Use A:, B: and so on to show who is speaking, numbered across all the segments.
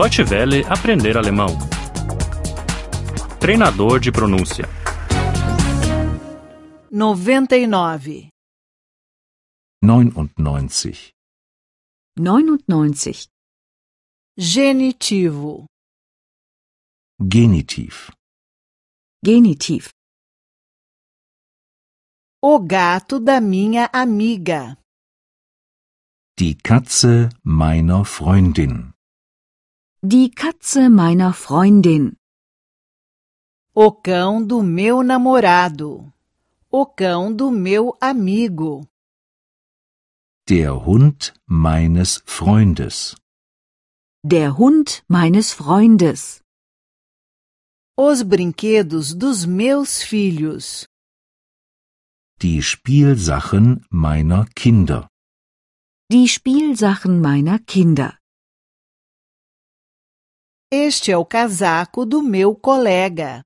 A: Deutsche Welle aprender alemão. Treinador de pronúncia.
B: 99.
C: 99.
D: 99.
B: Genitivo.
C: Genitiv.
D: Genitiv.
B: O gato da minha amiga.
C: Die Katze meiner Freundin.
D: Die Katze meiner Freundin.
B: O cão do meu namorado. O cão do meu amigo.
C: Der Hund meines Freundes.
D: Der Hund meines Freundes.
B: Os brinquedos dos meus filhos.
C: Die Spielsachen meiner Kinder.
D: Die Spielsachen meiner Kinder.
B: Este é o casaco do meu colega.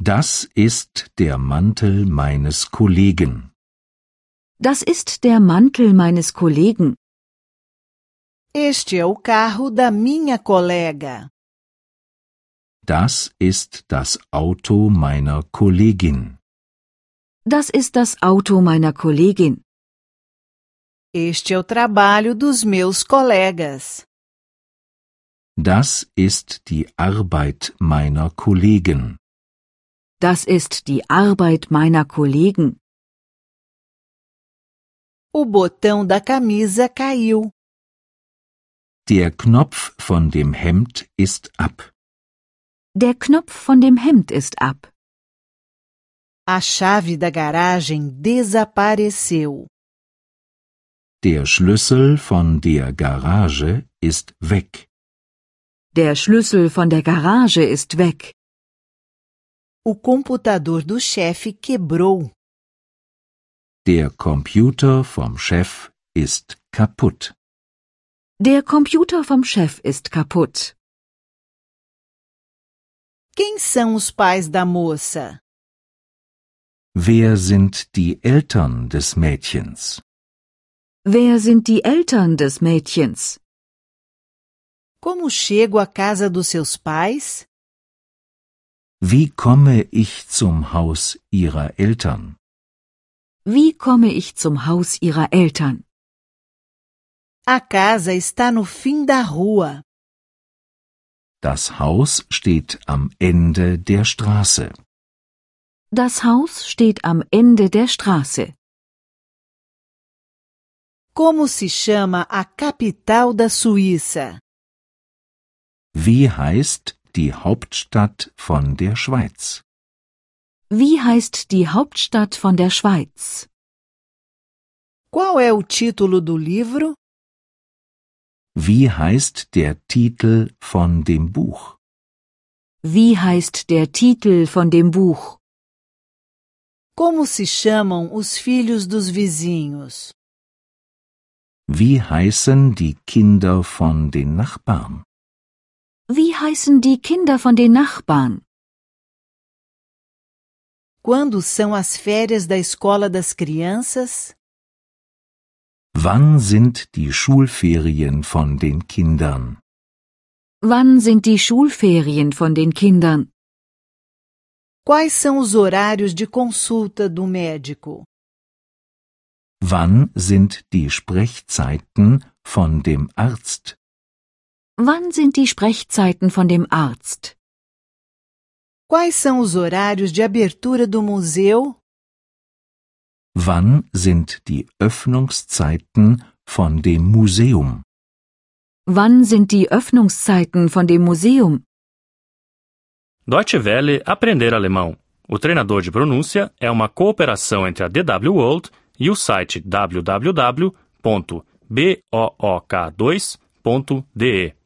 C: Das ist der Mantel meines Kollegen.
D: Das ist der Mantel meines Kollegen.
B: Este é o carro da minha colega.
C: Das ist das Auto meiner Kollegin.
D: Das ist das Auto meiner Kollegin.
B: Este é o trabalho dos meus colegas.
C: Das ist die Arbeit meiner Kollegen.
D: Das ist die Arbeit meiner Kollegen.
B: O botão da camisa caiu.
C: Der Knopf von dem Hemd ist ab.
D: Der Knopf von dem Hemd ist ab.
B: A chave da garagem desapareceu.
C: Der Schlüssel von der Garage ist weg.
D: Der Schlüssel von der Garage ist weg.
B: O computador do chefe quebrou.
C: Der Computer vom Chef ist kaputt.
D: Der Computer vom Chef ist kaputt.
B: Quem são os pais da moça?
C: Wer sind die Eltern des Mädchens?
D: Wer sind die Eltern des Mädchens?
B: Como chego à casa dos seus pais?
C: Wie komme ich zum Haus ihrer Eltern?
D: Wie komme ich zum Haus ihrer Eltern?
B: A casa está no fim da rua.
C: Das Haus steht am Ende der Straße.
D: Das Haus steht am Ende der Straße.
B: Como se chama a capital da Suíça?
C: Wie heißt die Hauptstadt von der Schweiz?
D: Wie heißt die Hauptstadt von der Schweiz?
B: Qual é o título do livro?
C: Wie heißt der Titel von dem Buch?
D: Wie heißt der Titel von dem Buch?
B: Como se chamam os filhos dos vizinhos?
C: Wie heißen die Kinder von den Nachbarn?
D: Wie heißen die Kinder von den Nachbarn?
B: Quando são as férias da escola das crianças?
C: Wann sind die Schulferien von den Kindern?
D: Wann sind die Schulferien von den Kindern?
B: Quais são os horários de consulta do médico?
C: Wann sind die Sprechzeiten von dem Arzt?
D: Wann sind die Sprechzeiten von dem Arzt?
B: Quais são os horários de abertura do museu?
C: Wann sind die Öffnungszeiten von dem Museum?
D: Wann sind die Öffnungszeiten von dem Museum?
A: Deutsche Welle aprender alemão. O treinador de pronúncia é uma cooperação entre a DW World e o site www.book2.de.